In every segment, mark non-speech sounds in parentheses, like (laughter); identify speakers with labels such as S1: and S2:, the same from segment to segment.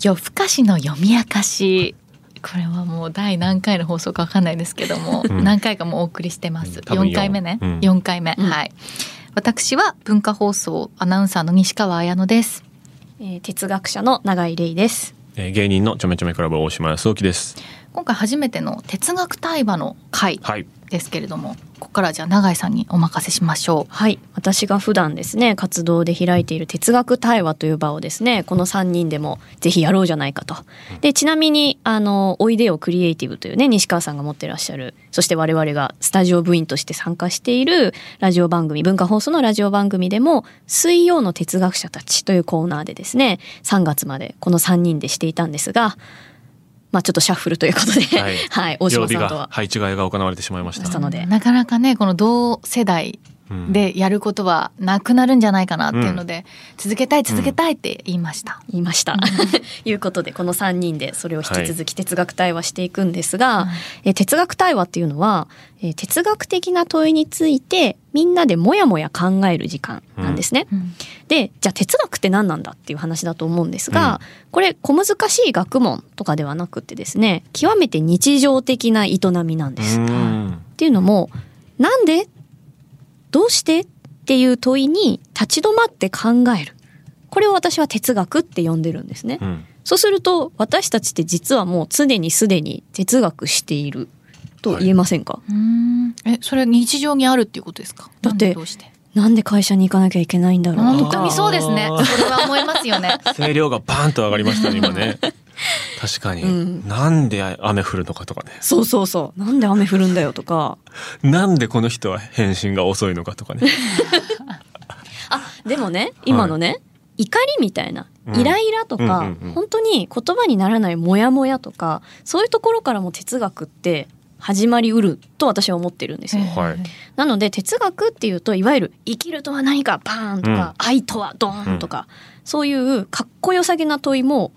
S1: 夜更かしの読み明かしこれはもう第何回の放送かわかんないですけども、
S2: うん
S1: 何回かもうお送りしてます、
S2: 多分
S1: 4回目ね、
S2: うん
S1: 4回目、
S3: うん
S1: はい私は文化放送アナウンサーの西川彩乃です
S3: えー哲学者の永井玲です。
S2: えー芸人のちょめちょめクラブ大島康之です。
S1: 今回初めての哲学対話の回
S2: はい。
S1: ですけれども、ここからじゃあ永井さんにお任せしましょう
S3: はい、私が普段ですね活動で開いている哲学対話という場をですねこの3人でもぜひやろうじゃないかと。でちなみにあの「おいでよクリエイティブ」というね西川さんが持ってらっしゃるそして我々がスタジオ部員として参加しているラジオ番組文化放送のラジオ番組でも「水曜の哲学者たち」というコーナーでですね3月までこの3人でしていたんですが。まあちょっとシャッフルということで、
S2: は
S3: (laughs) (laughs) はいい、大
S2: 曜
S3: 島
S2: 日
S3: さんと
S2: が
S3: は
S2: 配置換えが行われてしまいまし
S3: した
S2: た。
S3: ので
S1: なかなかねこの同世代
S2: うん、
S1: でやることはなくなるんじゃないかなっていうので、続けたい続けたいって言いました、
S3: 言いました。いうことでこの3人でそれを引き続き哲学対話していくんですが、えー哲学対話っていうのは、えー哲学的な問いについてみんなでもやもや考える時間なんですね。
S1: うん
S3: でじゃあ哲学って何なんだっていう話だと思うんですが、これ小難しい学問とかではなくてですね極めて日常的な営みなんです。
S2: う
S3: っ
S2: ん。
S3: ていうのもなんでどうしてっていう問いに立ち止まって考える。これを私は哲学って呼んでるんですね。
S2: うん。
S3: そうすると私たちって実はもう常にすでに哲学していると言えませんか、
S1: うんえそれ日常にあるっていうことですか
S3: だ
S1: な
S3: って
S1: んでどうして
S3: なんで会社に行かなきゃいけないんだろうと
S1: 本
S3: か
S1: 当にそうですねそれは思いますよね
S2: 声量がバーンと上がりましたね、今
S3: (laughs)
S2: ね。確かに、
S3: うん
S2: なんで雨降るのかとかね。
S3: そうそうそうなんで雨降るんだよとか
S2: なんでこの人は返信が遅いのかとかね。
S3: あでもね今のね、怒りみたいな
S2: うん
S3: イライラとか、
S2: うんうんうん
S3: 本当に言葉にならないモヤモヤとかそういうところからも哲学って始まりうると私は思ってるんですよ。
S2: はい
S3: なので哲学っていうといわゆる生きるとは何かバーンとか、
S2: うん
S3: 愛とはドーンとか、そういうかっこよさげな問いも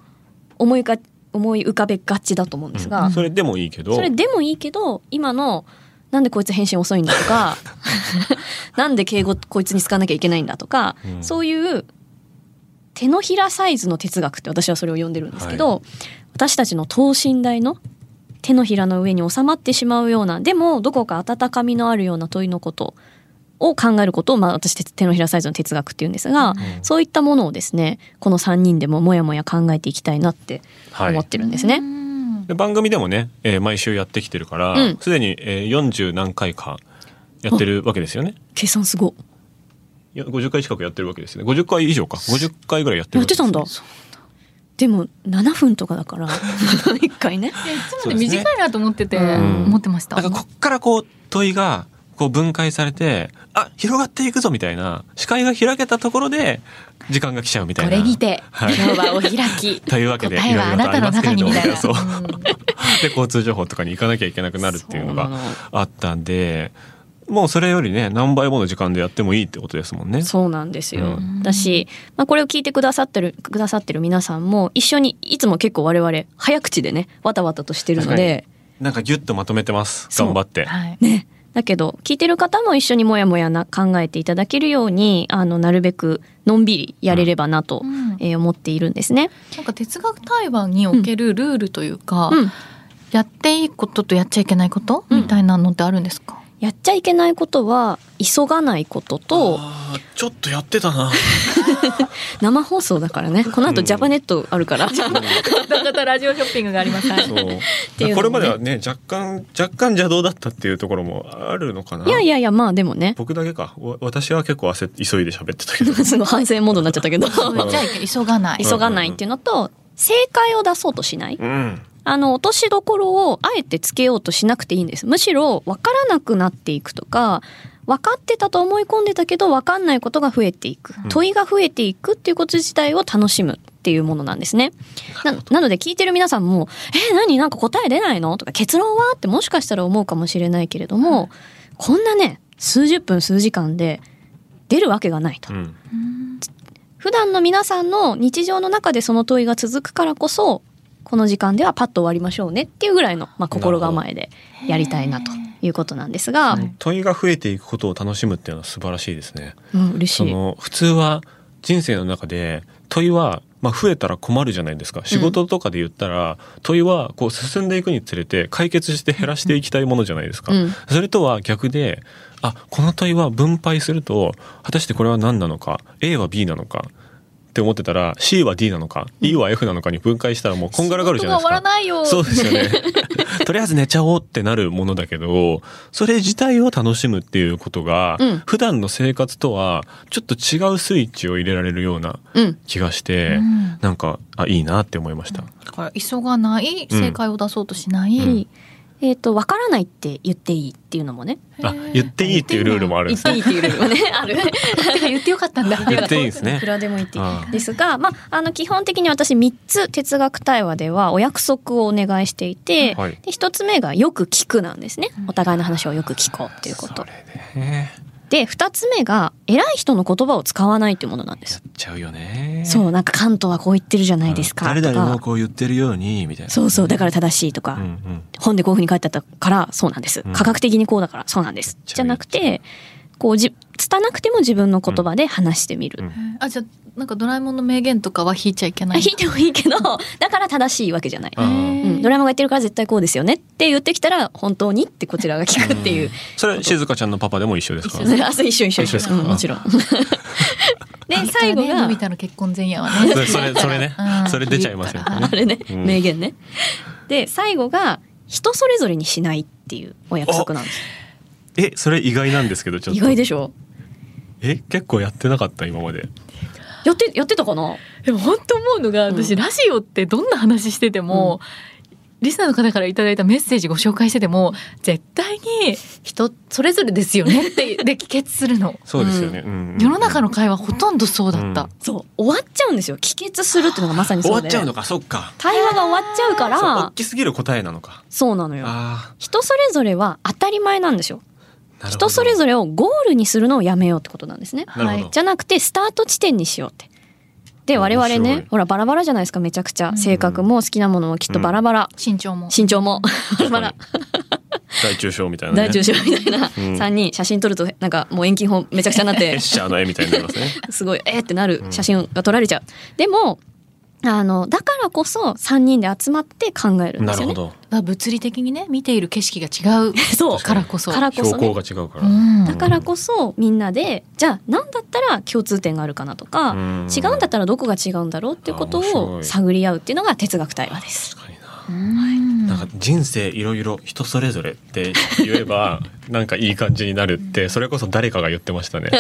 S3: 思いが思い浮かべがちだと思うんですが、
S2: それでもいいけど。
S3: それでもいいけど今のなんでこいつ返信遅いんだと
S2: (laughs)
S3: かなんで敬語こいつに使わなきゃいけないんだとか、
S2: うん
S3: そういう手のひらサイズの哲学って私はそれを呼んでるんですけど、私たちの等身大の手のひらの上に収まってしまうようなでもどこか温かみのあるような問いのことを考えることを、まあ、私手のひらサイズの哲学っていうんですが、
S2: ん
S3: そういったものをですねこの3人でももやもや考えていきたいなって
S2: はい
S3: 思ってるんですね。
S1: うん
S2: で番組でもね、えー毎週やってきてるから
S3: うん
S2: すで、に、えー、40何回かやってるわけですよね。
S3: 計算すご
S2: いや50回近くやってるわけですね50回以上か50回ぐらいやってる
S3: や
S2: わ
S3: っ
S2: けで
S3: て
S2: す
S3: た
S2: ね
S3: んだ。でも7分とかだから
S2: (laughs)
S3: 一回ね。
S1: いやいつもね短いなと思ってて、
S3: そうですね
S2: うん
S1: 思ってました
S2: なんかこっからこう問いがこう分解されてあ広がっていくぞみたいな視界が開けたところで時間が来ちゃうみたい
S1: こ
S2: な。
S1: れにて、
S2: はい
S1: 今日はお開き
S2: というわけで
S1: 答えはあなたの中にみたいな
S2: そう
S1: うん
S2: で交通情報とかに行かなきゃいけなくなるっていうの
S3: そうな
S2: があったんでもうそれよりね何倍もの時間でやってもいいってことですもんね。
S3: そうなんですよ、
S2: うん
S3: だし、まあ、これを聞いてくださってるくださってる皆さんも一緒にいつも結構我々早口でねわたわたとしてるので
S2: なんかギュッとまとめてます
S3: そう
S2: 頑張って。
S1: はい
S3: ねだけど聞いてる方も一緒にもやもやな考えていただけるようにあのなるべくのんびりやれればなと、
S1: うん
S3: えー思っているんですね。
S1: なんか哲学対話におけるルールというか、
S3: うん
S1: やっていいこととやっちゃいけないこと、みたいなのってあるんですか
S3: やっちゃいけないことは急がないことと
S2: あーちょっとやってたな。
S3: 生放送だからねこの
S2: う
S3: 後
S2: ん
S3: ジャパネットある
S2: (laughs)
S3: から、
S1: だからラジオショッピングがあります (laughs)
S2: そう
S3: ていうのもね
S2: これまではね若干若干邪道だったっていうところもあるのかな。
S3: いやいやいやまあでもね (laughs)
S2: 僕だけかわ私は結構焦って急いで喋ってたけど
S3: すごい反省モードになっちゃった
S2: (laughs)
S3: けど
S2: ん
S1: じゃあ急がない
S3: 急がないっていうのと正解を出そうとしない
S2: (laughs) うん
S3: あの落としどころをあえてつけようとしなくていいんですむしろ分からなくなっていくとか分かってたと思い込んでたけど分かんないことが増えていく
S2: うん
S3: 問いが増えていくっていうこと自体を楽しむっていうものなんですね。ななので聞いてる皆さんも「え何なんか答え出ないの?」とか「結論は?」ってもしかしたら思うかもしれないけれどもこんなね数十分数時間で出るわけがないと
S2: う。ん
S1: うん
S3: 普段の皆さんの日常の中でその問いが続くからこそこの時間ではパッと終わりましょうねっていうぐらいの、まあ、心構えでやりたいなということなんですが、
S1: はい
S2: 問いが増えていくことを楽しむっていうのは素晴らしいですね
S3: うん、嬉し
S2: そ
S3: い。
S2: の普通は人生の中で問いはまあ、増えたら困るじゃないですか仕事とかで言ったら、問いはこう進んでいくにつれて解決して減らしていきたいものじゃないですか、
S3: うん
S2: それとは逆であこの問いは分配すると果たしてこれは何なのか A は B なのかって思ってたら C は D なのか E は F なのかに分解したらもうこんがらがるじゃないですか。
S1: 仕事が終わらないよ
S2: そうですよね。 (laughs) とりあえず寝ちゃおうってなるものだけど、それ自体を楽しむっていうことが、
S3: うん
S2: 普段の生活とはちょっと違うスイッチを入れられるような
S3: うん
S2: 気がして、
S1: うん
S2: なんかあいいなって思いました。
S1: だから急がない
S2: うん
S1: 正解を出そうとしない、
S2: うん
S3: えっ、とわからないって言っていいっていうのもね
S2: あ言っていいっていうルールもあるん
S3: 言
S2: で
S3: っ
S2: すね
S3: ていいっていうルールもね (laughs) ある
S1: てか言ってよかったんだ
S2: (laughs) 言っていいですね
S3: いくらでも言ってい
S2: ああ
S3: いですが、まあ、あの基本的に私3つ哲学対話ではお約束をお願いしていて、
S2: はい
S3: で1つ目がよく聞くなんですね
S1: ん
S3: お互いの話をよく聞こうっていうこ
S2: そ
S3: と
S2: れね
S3: で2つ目が偉い人の言葉を使わないっていうものなんで
S2: や
S3: す
S2: っちゃうよね。
S3: そうなんか関東はこう言ってるじゃないですか
S2: 誰
S3: と
S2: 々も
S3: か
S2: こう言ってるようにみたいな。
S3: そうそうだから正しいとか、
S2: うんうん
S3: 本でこういうふうに書いてあったからそうなんです
S2: うん
S3: 科学的にこうだからそうなんです、
S2: ちゃい
S3: じゃなくてこうじ拙なくても自分の言葉で話してみる、
S2: うん
S1: あじゃあなんかドラえもんの名言とかは引いちゃいけな
S3: あ
S1: い
S3: 引いてもいいけどだから正しいわけじゃない
S2: あー
S3: うん、ドラえもんが言ってるから絶対こうですよねって言ってきたら本当にってこちらが聞く (laughs) っていう、
S2: それ静香ちゃんのパパでも一緒ですか。
S3: あ (laughs) そう一緒一緒一
S2: 一緒です
S3: 緒、
S2: か
S3: うんもちろん (laughs) で最後
S1: ね、の
S3: が
S1: び太の結婚前夜はね
S2: それそれそれね
S1: うん
S2: それ出ちゃいますよ
S1: 言
S2: ね
S1: っ
S3: あれね、
S2: うん
S3: 名言ねで最後が人それぞれにしないっていうお約束なんです
S2: えそれ意外なんですけどちょっと。
S3: 意外でしょ
S2: え結構やってなかった今まで。
S3: やってやってたかな
S1: でも本当思うのが
S3: うん
S1: 私、ラジオってどんな話してても、リスナーの方からいただいたメッセージご紹介してても絶対に人それぞれですよねってで帰結するの
S2: そうですよね。うん
S1: 世の中の会話ほとんどそうだった、
S2: うん
S3: そう終わっちゃうんですよ帰結するっていうのがまさにそうで
S2: かそっか
S3: 対話が終わっちゃうか
S2: そう
S3: ら
S2: きすぎる答えなのか
S3: そうなのよ
S2: あ
S3: 人それぞれは当たり前なんですよ
S2: ーなるほど
S3: 人それぞれをゴールにするのをやめようってことなんですね
S2: なるほど
S1: はい
S3: じゃなくてスタート地点にしようって。で我々
S2: 面白い
S3: ねほらバラバラじゃないですかめちゃくち
S1: う
S3: ゃ
S1: ん
S3: 性格も好きなものもきっとバラバラ、
S1: 身長も
S3: 身長もバラバラ
S2: 確かに大中小みたいなね
S3: 大中小みたい
S2: うん
S3: な3人写真撮るとなんかもう遠近法めちゃくちゃになっ
S2: エ
S3: て
S2: (laughs) ッシャーの絵みたいになります
S3: (laughs)
S2: ね
S3: すごいえーってなる写真が撮られちゃう。でもあのだからこそ3人で集まって考えるんで
S2: な
S3: す
S2: るほ
S3: よね。
S2: ど
S1: だから物理的にね見ている景色が違う
S3: そう
S1: からこ (laughs) そ。
S3: からこ
S2: 標
S3: そね
S2: 高が違うか
S1: う
S2: ら
S1: ん、
S3: だからこそみんなでじゃあ何だったら共通点があるかなとか、
S2: うん
S3: 違うんだったらどこが違うんだろうっていうこと
S2: あ面白
S3: を
S2: い
S3: 探り合うっていうのが哲学対話です。
S2: 確かにな
S1: うん
S2: なんか人生いろいろ人それぞれって言え
S3: (laughs)
S2: ばなんかいい感じになるってそれこそ誰かが言ってましたね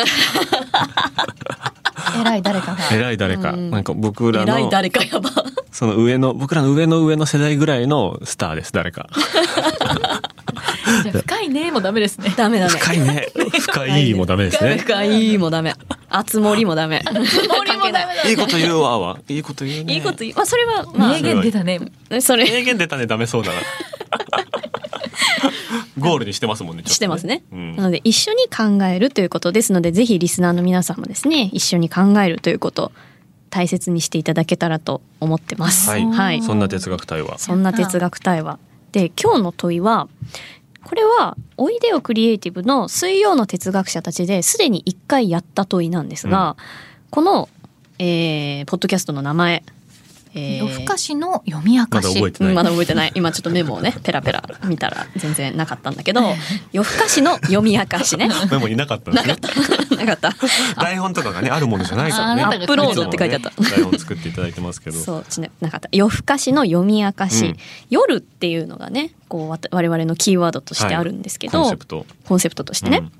S1: 偉い誰かが
S2: 偉い誰か
S3: うん
S2: なんか僕ら
S3: 偉い
S2: の
S3: 誰かやば。
S2: その上の僕らの上の上の世代ぐらいのスターです誰か
S1: じゃあ深いねもダメ (laughs) ですね
S3: ダメダメ。
S2: 深いね深いもダメです (laughs) ね
S3: 深いもダメ。熱盛
S2: (laughs)
S3: もダメ。
S1: 森もダメだ
S2: いいこと言うわはいいこと言うね
S3: いいこと言い、まあそれはま
S1: 名言出たね
S3: あそれ
S2: 名言出たねダメそう
S3: (laughs)
S2: だなゴールにしてますもんねちょっと
S3: してますね。
S2: うん
S3: なので一緒に考えるということですので、ぜひリスナーの皆さんもですね、一緒に考えるということ大切にしていただけたらと思ってます。
S2: はい
S3: はい。
S2: そんな哲学対
S3: (laughs)
S2: 話
S3: そんな哲学対話。で、今日の問いは、これは、おいでよクリエイティブの水曜の哲学者たちですでに一回やった問いなんですが、この、えーポッドキャストの名前、えー
S1: 夜更かしの読み明かし
S2: まだ覚えて
S3: うんまだ覚えてない。今ちょっとメモをね、ペラペラ見たら全然なかったんだけど、夜更かしの読み明かしね。
S2: メモになかったんで
S3: な
S2: す
S3: か
S2: ね
S3: った。 (laughs) なかった。
S2: 台本とかがねあるものじゃないからね
S1: あーなんかアップロード
S2: つもね
S1: って書い
S3: てあった
S2: 台本作っていただいてますけど
S3: そうちななかった夜更かしの読み明かし、
S2: うん
S3: 夜っていうのがねこうわた我々のキーワードとしてあるんですけど、
S2: コンセプト
S3: コンセプトとしてね、
S2: うん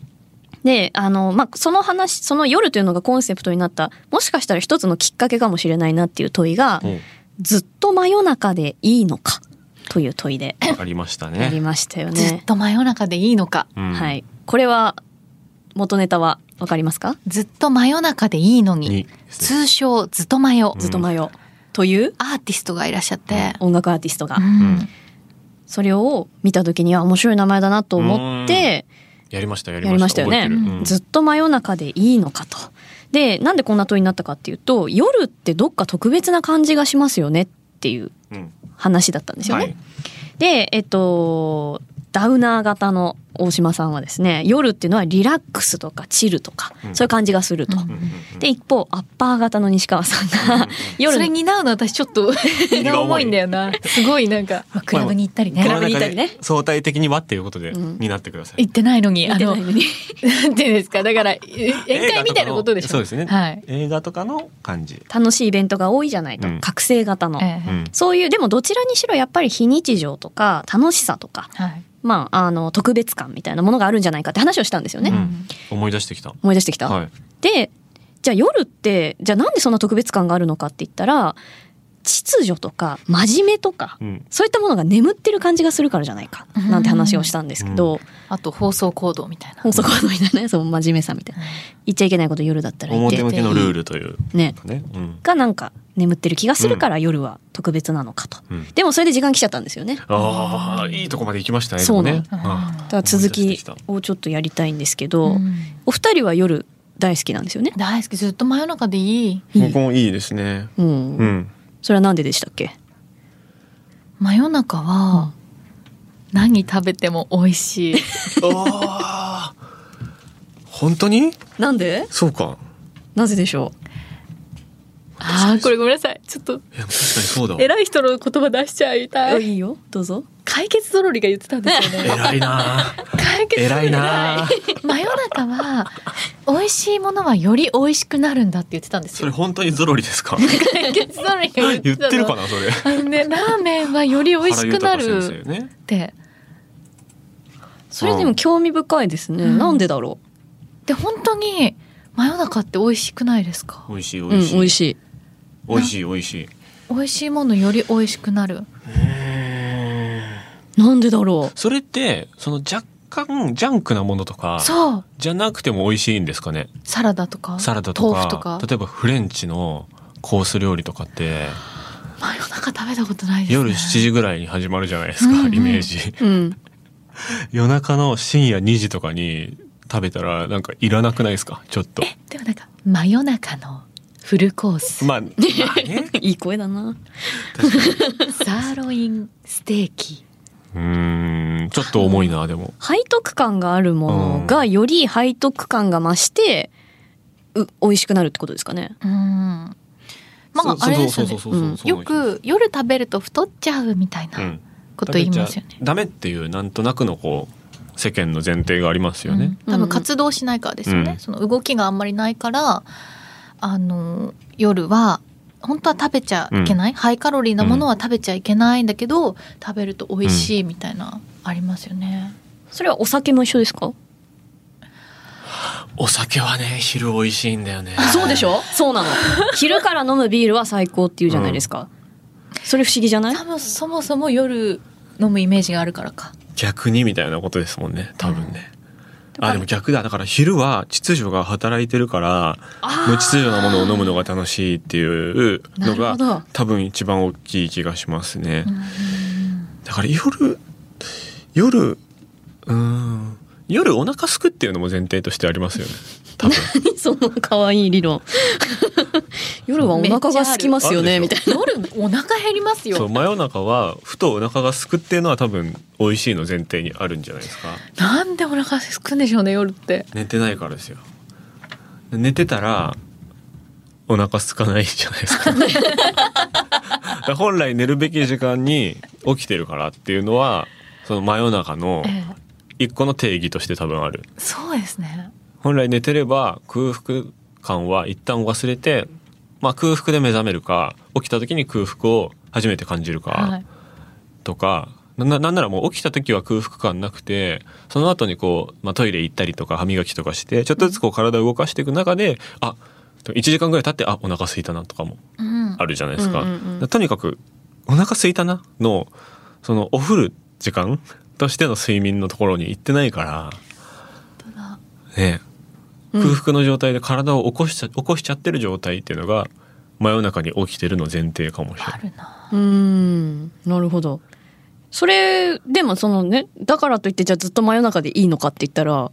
S3: であの、まあ、その話その夜というのがコンセプトになったもしかしたら一つのきっかけかもしれないなっていう問いが
S2: うん
S3: 「ずっと真夜中でいいのか?」という問いで
S2: わかりました
S3: あり
S2: ね
S3: ましたよ
S1: ず
S3: ね
S1: っ。と真夜中でいいのか
S2: うん
S3: はい、これは元ネタはわかりますか、
S1: ずっと真夜中でいいの
S2: に
S1: に
S2: ですね
S1: 通称ずっと真夜、
S2: うん
S3: ずっと真夜という
S1: アーティストがいらっしゃって、
S3: 音楽アーティストが、
S1: うん
S3: それを見た時には面白い名前だなと思って、
S2: やりましたや
S3: やり
S2: り
S3: ま
S2: ま
S3: し
S2: したた
S3: よ
S2: 覚え
S3: ね
S2: てるうん
S3: ずっと真夜中でいいのかと。でなんでこんな問いになったかっていうと夜ってどっか特別な感じがしますよねっていう
S2: うん
S3: 話だったんですよね。
S2: はい
S3: でえっとダウナー型の大島さんはですね夜っていうのはリラックスとかチルとか、
S2: うん
S3: そういう感じがすると。
S1: うん
S3: で一方アッパー型の西川さんが (laughs) 夜
S1: それ担うの私ちょっと (laughs) 荷が重いんだよなすごいなんかクラブに行ったりね
S3: クラブに行ったりね
S2: この中で相対的にはっていうことで、
S3: うん
S2: になってください
S1: 行ってないのにあの
S3: 見てないのに
S1: なんていうんですかだ (laughs) からえ宴会みたいなことでしょ
S2: そうですね
S1: はい、
S2: 映画とかの感じ、
S3: 楽しいイベントが多いじゃないと、
S2: うん
S3: 覚醒型の。
S1: ええ
S2: うん
S3: そういうでもどちらにしろやっぱり非日常とか楽しさとか、
S1: はい
S3: まあ、あの特別感みたいなものがあるんじゃないかって話をしたんですよね、
S1: うん
S2: 思い出してきた
S3: 思い出してきた。
S2: はい
S3: でじゃあ夜ってじゃあなんでそんな特別感があるのかって言ったら秩序とか真面目とか、
S2: うん
S3: そういったものが眠ってる感じがするからじゃないか
S1: うん
S3: なんて話をしたんですけど、
S1: あと放送行動みたいな
S3: そこのみたいなねその真面目さみたいな言っちゃいけないこと夜だったら言っ
S2: 表
S3: て
S2: 向きのルールという
S3: ね
S2: かね、うん
S3: がなんか眠ってる気がするから夜は特別なのかと、
S2: うん
S3: でもそれで時間来ちゃったんですよね
S2: ああいいとこまで行きましたね
S3: そうね
S2: でも
S1: うん
S2: あ
S3: だから続
S2: 思い出
S3: き
S2: してきた
S3: をちょっとやりたいんですけど、
S1: うん
S3: お二人は夜大好きなんですよね
S1: 大好きずっと真夜中でいい
S3: いい
S2: 僕もいいですね
S3: うん、
S2: うん
S3: それはなんででしたっけ
S1: 真夜中は何食べても美味し (laughs) い
S2: ああ本当に
S3: なんで
S2: そうか
S3: なぜでしょ、
S1: あーこれごめんなさいちょっと
S2: いや確かにそうだわ
S1: 偉い人の言葉出しちゃいうたい
S3: いいよどうぞ
S1: 解決ぞろりが言ってたんですよね
S2: 偉いな
S1: (laughs) 解決ぞろ
S2: 偉
S1: り
S2: い
S1: (laughs)
S2: な
S1: 真夜中は美味しいものはより美味しくなるんだって言ってたんです
S2: それ
S1: よ。
S2: 本当にゾロリですか
S1: 解決ゾロリが言って
S2: 言った
S1: の
S2: てるかなそれ
S1: あのねラーメンはより美味しくな
S2: 原豊
S1: る
S2: 先生ね
S1: って
S3: それでも興味深いですね、
S1: うん
S3: なんでだろ
S1: で本当に真夜中って美味しくないですか
S2: 美味しいう美味しい、
S3: うん、美味しい
S2: 美味しい美味しい
S1: 美味しいものより美味しくなる
S3: なんでだろ
S2: それってその若干ジャンクなものとか
S1: そう
S2: じゃなくても美味しいんですかね
S1: サラダとか
S2: サラダとか
S1: 豆腐とか
S2: 例えばフレンチのコース料理とかって
S1: 真夜中食べたことないです、ね、
S2: 夜7時ぐらいに始まるじゃないですか、
S1: うんうん
S2: イメージ
S3: ううん
S2: 夜中の深夜2時とかに食べたらなんかいらなくないですかちょっと
S1: えでもなんか真夜中のフルコース、 (laughs)
S2: まあ、まあね
S3: (laughs) いい声だな
S2: 確かに
S1: サーロインステーキ
S2: うーんちょっと重いなでも
S3: 背徳感があるものがより背徳感が増してう美味しくなるってことですかね
S1: うんまああれですよね
S2: そうそうそうそう
S1: よく夜食べると太っちゃうみたいな
S2: うん
S1: こと言いますよね
S2: 食べちゃ。ダメっていうなんとなくのこう世間の前提がありますよね。
S1: うん多分活動しないからですよね、
S2: うん
S1: その動きがあんまりないからあの夜は本当は食べちゃいけない、ハイカロリーなものは食べちゃいけないんだけど、食べると美味しいみたいな、ありますよね。
S3: それはお酒も一緒ですか
S2: お酒はね昼美味しいんだよね。
S3: そうでし (laughs) ょそうなの昼から飲むビールは最高っていうじゃないですか、それ不思議じゃない
S1: 多分そもそも夜飲むイメージがあるからか。
S2: 逆にみたいなことですもんね多分ね。
S3: ら
S2: あでも逆だだから昼は秩序が働いてるから無秩序なものを飲むのが楽しいっていうの
S3: なるほど
S2: が多分一番大きい気がしますね。
S1: うん
S2: だから夜夜うーん夜お腹すくっていうのも前提としてありますよね多分。
S3: その可愛い理 (laughs) 論夜はお腹が空きますよね
S2: め
S3: み
S2: った
S3: い
S1: (laughs) 夜お腹減ります
S2: そう
S1: よ。
S2: 真夜中はふとお腹がすくっていうのは多分美味しいの前提にあるんじゃないですか
S1: なんでお腹すくんでしょうね夜って。
S2: 寝てないからですよ寝てたらお腹すかないじゃない (laughs) ですかだから本来寝るべき時間に起きてるからっていうのはその真夜中の
S1: ええ
S2: 一個の定義として多分ある
S1: そうですね。
S2: 本来寝てれば空腹感は一旦忘れて、まあ、空腹で目覚めるか起きた時に空腹を初めて感じるか、
S1: はい。
S2: とかななんならもう起きた時は空腹感なくてその後にこう、まあ、トイレ行ったりとか歯磨きとかしてちょっとずつこう体を動かしていく中であ1時間ぐらい経ってあお腹空いたなとかも
S1: うん
S2: あ。るじゃないですか。
S3: うんうんうん
S2: だとにかくお腹空いたなのそのおふる時間 (laughs) としての睡眠のところに行ってないから、
S1: 本当だ
S2: ね、
S3: うん
S2: 空腹の状態で体を起こしちゃ起こしちゃってる状態っていうのが真夜中に起きてるの前提かもしれ
S1: あ
S2: ない。
S1: るな。
S3: うーんなるほどそれでもそのねだからといってじゃあずっと真夜中でいいのかって言ったら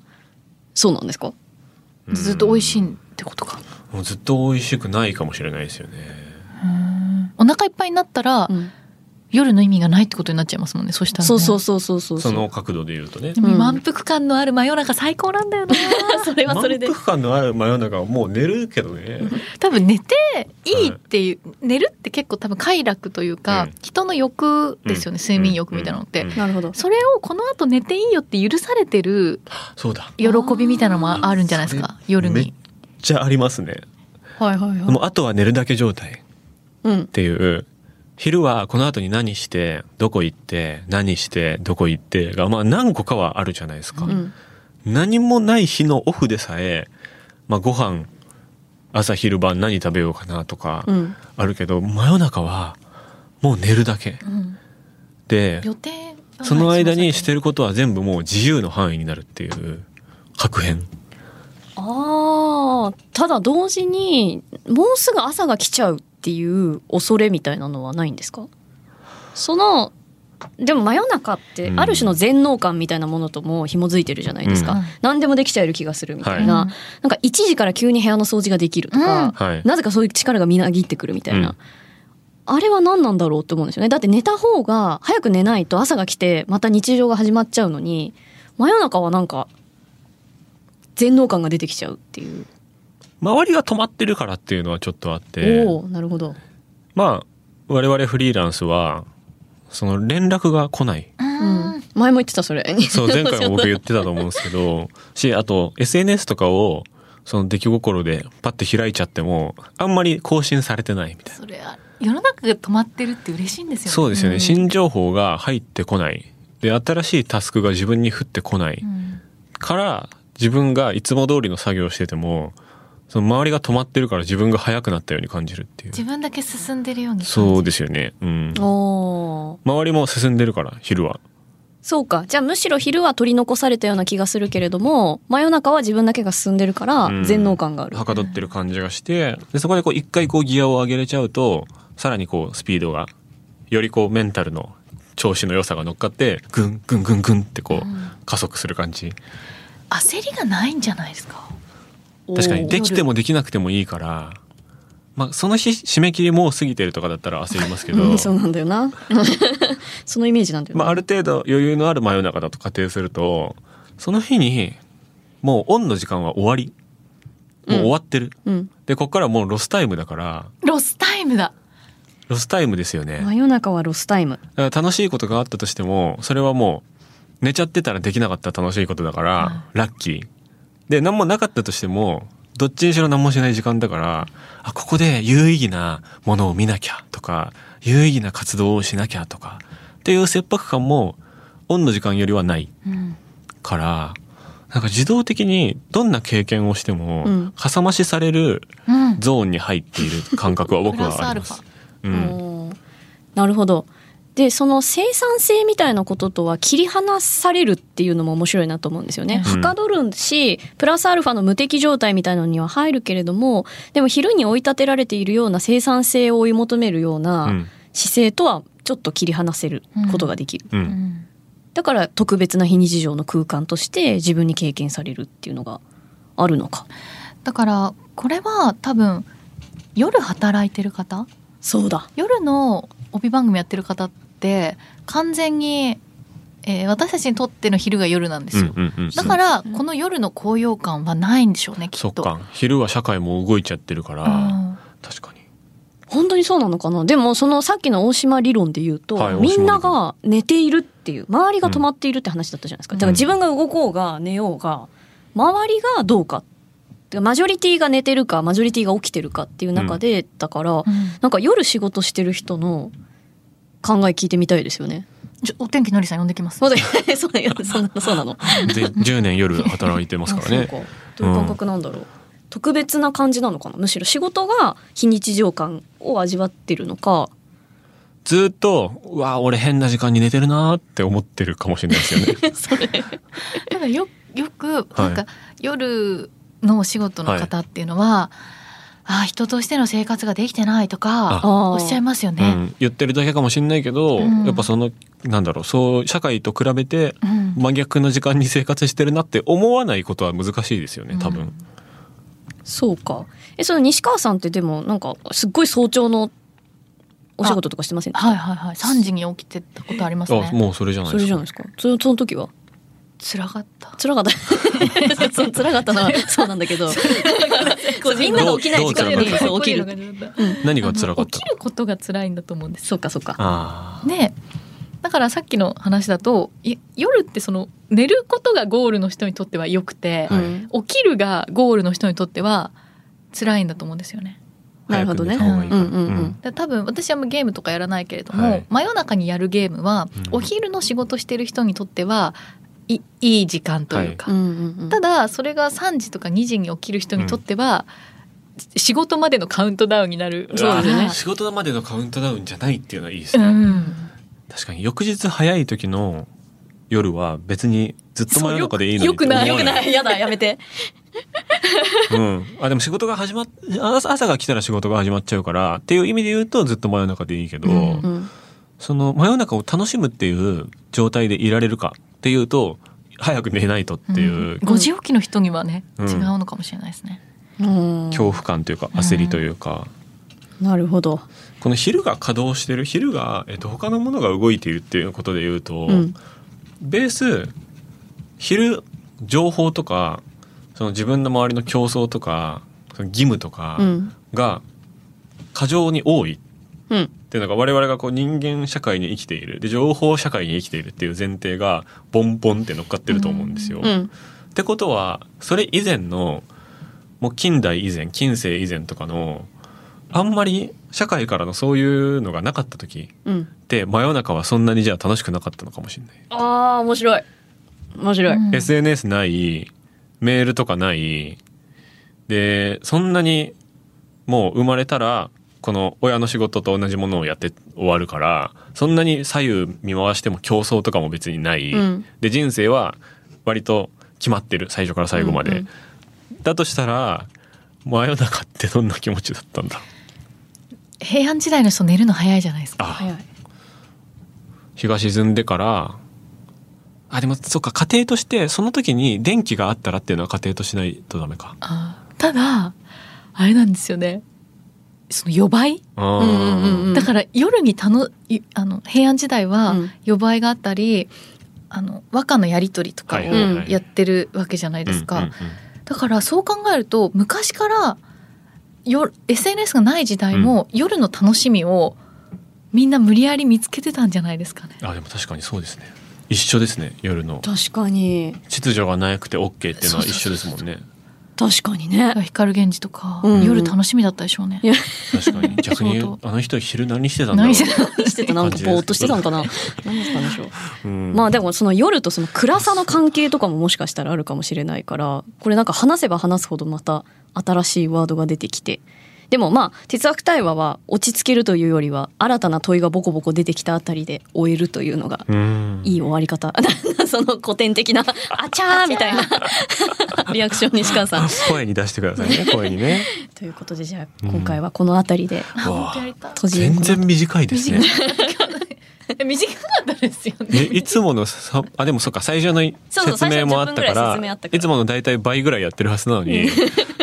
S3: そうなんですか
S1: ずっと美味しいってことか。
S2: もうずっと美味しくないかもしれないですよね。
S1: お腹いっぱいになったら、
S3: うん
S1: 夜の意味がないってことになっちゃいますもんねそしたら、ね、
S3: そうそうそうそうそう
S2: その角度で言うとね
S1: でも満腹感のある真夜中最高なんだよなそれはそれで
S2: 満腹感のある真夜中はもう寝るけどね
S1: (laughs) 多分寝ていいっていう、寝るって結構多分快楽というか、
S2: うん
S1: 人の欲ですよね、睡眠欲みたいなのって、
S2: うんうん
S3: なるほど
S1: それをこの後寝ていいよって許されてる
S2: そうだ
S1: 喜びみたいなのもあるんじゃないですか夜
S2: めっ
S1: に
S2: ちゃありますね
S1: はいはい
S2: もうあとは寝るだけ状態
S3: うん
S2: っていう昼はこの後に何してどこ行って何してどこ行ってがまあ何個かはあるじゃないですか、
S3: うん
S2: 何もない日のオフでさえ、まあ、ご飯朝昼晩何食べようかなとか
S3: うん
S2: あるけど、真夜中はもう寝るだけ
S1: うん
S2: で
S1: 予定が
S2: その間にしてることは全部もう自由の範囲になるっていう確変
S3: ああただ同時にもうすぐ朝が来ちゃうっていう恐れみたいなのはないんですかそのでも真夜中って
S2: うん
S3: ある種の全能感みたいなものとも紐づいてるじゃないですか、
S1: うん
S3: 何でもできちゃえる気がするみたいな、
S1: はい
S3: なんか1時から急に部屋の掃除ができるとか、
S2: はい
S3: なぜかそういう力がみなぎってくるみたいな、
S2: うん
S3: あれは何なんだろうって思うんですよねだって寝た方が早く寝ないと朝が来てまた日常が始まっちゃうのに真夜中はなんか全能感が出てきちゃうっていう、
S2: 周りが止まってるからっていうのはちょっとあって
S3: おおなるほど
S2: まあ我々フリーランスはその連絡が来ない
S1: うん
S3: 前も言ってたそれ (laughs)
S2: そう、前回も僕言ってたと思うんですけ (laughs) ど、し、あと、SNS とかを、その出来心でパッて開いちゃっても、あんまり更新されてないみたいな。
S1: それは世の中が止まってるって嬉しいんですよね
S2: そうですよね。
S3: うん
S2: 新情報が入ってこない。で、新しいタスクが自分に降ってこない
S1: うん
S2: から、自分がいつも通りの作業をしてても、その周りが止まってるから自分が早くなったように感じるっていう。
S1: 自分だけ進んでるように感じる
S2: そうですよね。うん。
S3: おー
S2: 周りも進んでるから、昼は。
S3: そうかじゃあむしろ昼は取り残されたような気がするけれども真夜中は自分だけが進んでるから
S2: うん
S3: 全能感がある、
S2: はかどってる感じがしてでそこでこう一回こうギアを上げれちゃうとさらにこうスピードがよりこうメンタルの調子の良さが乗っかってグングングングンってこう
S1: うん
S2: 加速する感じ
S1: 焦りがないんじゃないですか
S3: おー
S2: 確かにできてもできなくてもいいから、まあ、その日締め切りもう過ぎてるとかだったら焦りますけど
S3: うん、 (laughs) そうなんだよなそのイメージなんだよな、
S2: まあ、ある程度余裕のある真夜中だと仮定するとその日にもうオンの時間は終わりもう終わってる、
S3: うん、
S2: でここからもうロスタイムだから
S1: ロスタイムだ
S2: ロスタイムですよね。
S3: 真夜中はロスタイ
S2: だ
S3: ム
S2: から楽しいことがあったとしてもそれはもう寝ちゃってたらできなかった楽しいことだから、ラッキーで何もなかったとしてもどっちにしろ何もしない時間だからあここで有意義なものを見なきゃとか有意義な活動をしなきゃとかっていう切迫感もオンの時間よりはない
S1: うん
S2: からなんか自動的にどんな経験をしても、
S3: うん
S2: かさ増しされる
S1: うん
S2: ゾーンに入っている感覚は僕はありま
S1: プラスア
S2: す
S1: ル。
S2: うん、
S3: おーなるほどでその生産性みたいなこととは切り離されるっていうのも面白いなと思うんですよね。
S2: うん
S3: はかどるしプラスアルファの無敵状態みたいなのには入るけれどもでも昼に追い立てられているような生産性を追い求めるよう
S2: う
S3: なん姿勢とはちょっと切り離せることができる、
S2: う
S1: うんん
S3: だから特別な非日常の空間として自分に経験されるっていうのがあるのか。
S1: だからこれは多分夜働いてる方
S3: そうだ
S1: 夜の帯番組やってる方って完全に、えー私たちにとっての昼が夜なんですよ、
S2: うんうんうん
S1: だから
S3: うん
S1: この夜の高揚感はないんでしょうねきっと
S2: そっか昼は社会も動いちゃってるから、
S1: うん
S2: 確かに
S3: 本当にそうなのかなでもそのさっきの大島理論で言うと、
S2: はい
S3: みんなが寝ているっていう周りが止まっているって話だったじゃないですか、
S1: うん
S3: だから自分が動こうが寝ようが周りがどうかてかマジョリティが寝てるかマジョリティが起きてるかっていう中で、だから
S1: うん
S3: なんか夜仕事してる人の考え聞いてみたいですよね。
S1: ちょお天気のりさん呼んできます
S3: そうだよね (laughs) そうだよねそうなのそうなの。
S2: で10年夜働いてますから
S3: あ
S1: (laughs)
S2: ね
S3: そうかどういう感覚なんだろう、特別な感じなのかなむしろ仕事が非日常感を味わってるのか
S2: ずーっとうわー俺変な時間に寝てるなーって思ってるかもしれないですよね
S3: それ
S1: ただよよく
S2: い
S1: なんか夜のお仕事の方っていうのは、ああ人としての生活ができてないとかお
S3: お
S1: っしゃいますよ
S2: う
S1: (laughs) ね。
S2: ん、言ってるだけかもしれないけど、
S1: うん
S2: やっぱそのなんだろうそう社会と比べて
S1: うん
S2: 真逆の時間に生活してるなって思わないことは難しいですよね多分、
S3: そうか。え、その西川さんってでもなんかすっごい早朝のお仕事とかしてませんでした
S1: はいはいはい3時に起きてたことありますね
S2: あもうそれじゃない
S3: そ
S2: で
S3: れ
S2: す
S3: じゃ
S2: か
S3: ないですかそれその時は
S1: 辛かった
S3: 辛か (laughs) ったそう辛か (laughs) ったのはそうなんだけどそうみんなが起きない時間
S2: どう
S3: に
S2: 辛かった
S3: そう起きる
S2: 何が辛かっ
S1: 起
S2: た
S1: きることが辛いんだと思うんです
S3: そうかそうか
S2: ああ
S1: ねだからさっきの話だとい夜ってその寝ることがゴールの人にとっては良くて、
S2: はい
S3: うん
S1: 起きるがゴールの人にとっては辛いんだと思うんですよね。
S3: なるほどね
S2: 早く寝た方がいいから
S3: うんうんうん
S1: だから多分私はあんまゲームとかやらないけれども、
S2: はい
S1: 真夜中にやるゲームは、
S2: うん
S1: お昼の仕事してる人にとってはいいい時間というか、
S3: うんうんうん
S1: ただそれが3時とか2時に起きる人にとっては、仕事までのカウントダウンになる
S3: そうですね
S2: うわ仕事までのカウントダウンじゃないっていうのはいいです
S1: う
S2: ね、
S1: ん、
S2: 確かに翌日早い時の夜は別にずっと真夜中でいいのに
S3: よくないよく
S2: い
S3: ないやだやめて
S2: うん、あでも仕事が始まっ朝朝が来たら仕事が始まっちゃうからっていう意味で言うとずっと真夜中でいいけど、
S1: うん
S3: うん
S2: その真夜中を楽しむっていう状態でいられるかっていうと早く寝ないとっていう
S1: 5時起きの人にはね、
S2: うん
S1: 違うのかもしれないですね。
S3: うん
S2: 恐怖感というか焦りというか、
S3: なるほど
S2: この昼が稼働してる昼が、えっと、他のものが動いているっていうことで言うと、
S3: うん
S2: ベース昼情報とかその自分の周りの競争とかその義務とか
S3: うん
S2: が過剰に多い
S3: うん
S2: っていうのが我々がこう人間社会に生きているで情報社会に生きているっていう前提がボンボンって乗っかってると思うんですよ。
S3: うん
S2: ってことはそれ以前のもう近代以前近世以前とかのあんまり社会からのそういうのがなかった時
S3: うん
S2: って真夜中はそんなにじゃあ楽しくなかったのかもしれない。
S3: あー面白い面白い、
S1: うん
S2: SNS ないメールとかないでそんなにもう生まれたらこの親の仕事と同じものをやって終わるからそんなに左右見回しても競争とかも別にない、
S3: うん
S2: で人生は割と決まってる最初から最後まで、
S3: うんうん
S2: だとしたら真夜中ってどんな気持ちだったんだろう
S1: 平安時代の人寝るの早いじゃないですか。
S2: あ
S3: 早い
S2: 日が沈んでからあでもそっか家庭としてその時に電気があったらっていうのは家庭としないとダメか。
S1: あーただあれなんですよね。その予倍、
S2: あー
S3: うんうんうんうん
S1: だから夜にたのいあの平安時代は
S3: うん
S1: 予倍があったり、あの和歌のやり取りとかを
S2: はいはいはい
S1: やってるわけじゃないですか。
S2: うんうんうん
S1: だからそう考えると昔からよ SNS がない時代も夜の楽しみをみんな無理やり見つけてたんじゃないですかね。
S2: あでも確かにそうですね一緒ですね夜の
S3: 確かに
S2: 秩序がなくて OK っていうのは一緒ですもんね
S3: 確かにね
S1: だから光源氏とか、
S3: うん
S1: 夜楽しみだったでしょうね
S3: い。や
S2: 確かに逆に
S1: 相当
S2: あの人昼何してたんだろう
S1: 何してた
S3: 何して
S1: (laughs)
S3: たなんかぼーっとしてたのかな (laughs) 何だったんでしょう
S2: うん
S3: まあでもその夜とその暗さの関係とかももしかしたらあるかもしれないからこれなんか話せば話すほどまた新しいワードが出てきてでもまあ哲学対話は落ち着けるというよりは新たな問いがボコボコ出てきたあたりで終えるというのが
S2: うん
S3: いい終わり方 (laughs) なんだその古典的 (laughs) な「あちゃー」みたいなリアクション西川さん。
S2: 声に出してくださいね声にね
S3: ということでじゃあ今回はこのあたりで
S1: あ
S2: わあ
S1: 本当やりたい
S3: 閉じ
S2: 全然短いですね
S1: え短かったですよ
S2: え
S1: ね。
S2: いつものさあでもそっか最初の
S3: そうそう
S2: 説明もあったか
S3: 最初の10分ぐらい
S2: ら
S3: 説明あったから
S2: いつもの大体倍ぐらいやってるはずなのに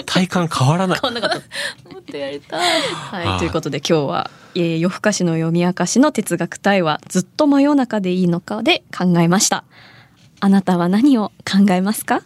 S2: 体感変わらない
S3: 変わんなかった。
S1: もっとやりたい。
S3: は、
S2: はいい
S3: ということで今日は、えー夜更かしの読み明かしの哲学対話ずっと真夜中でいいのかで考えましたあなたは何を考えますか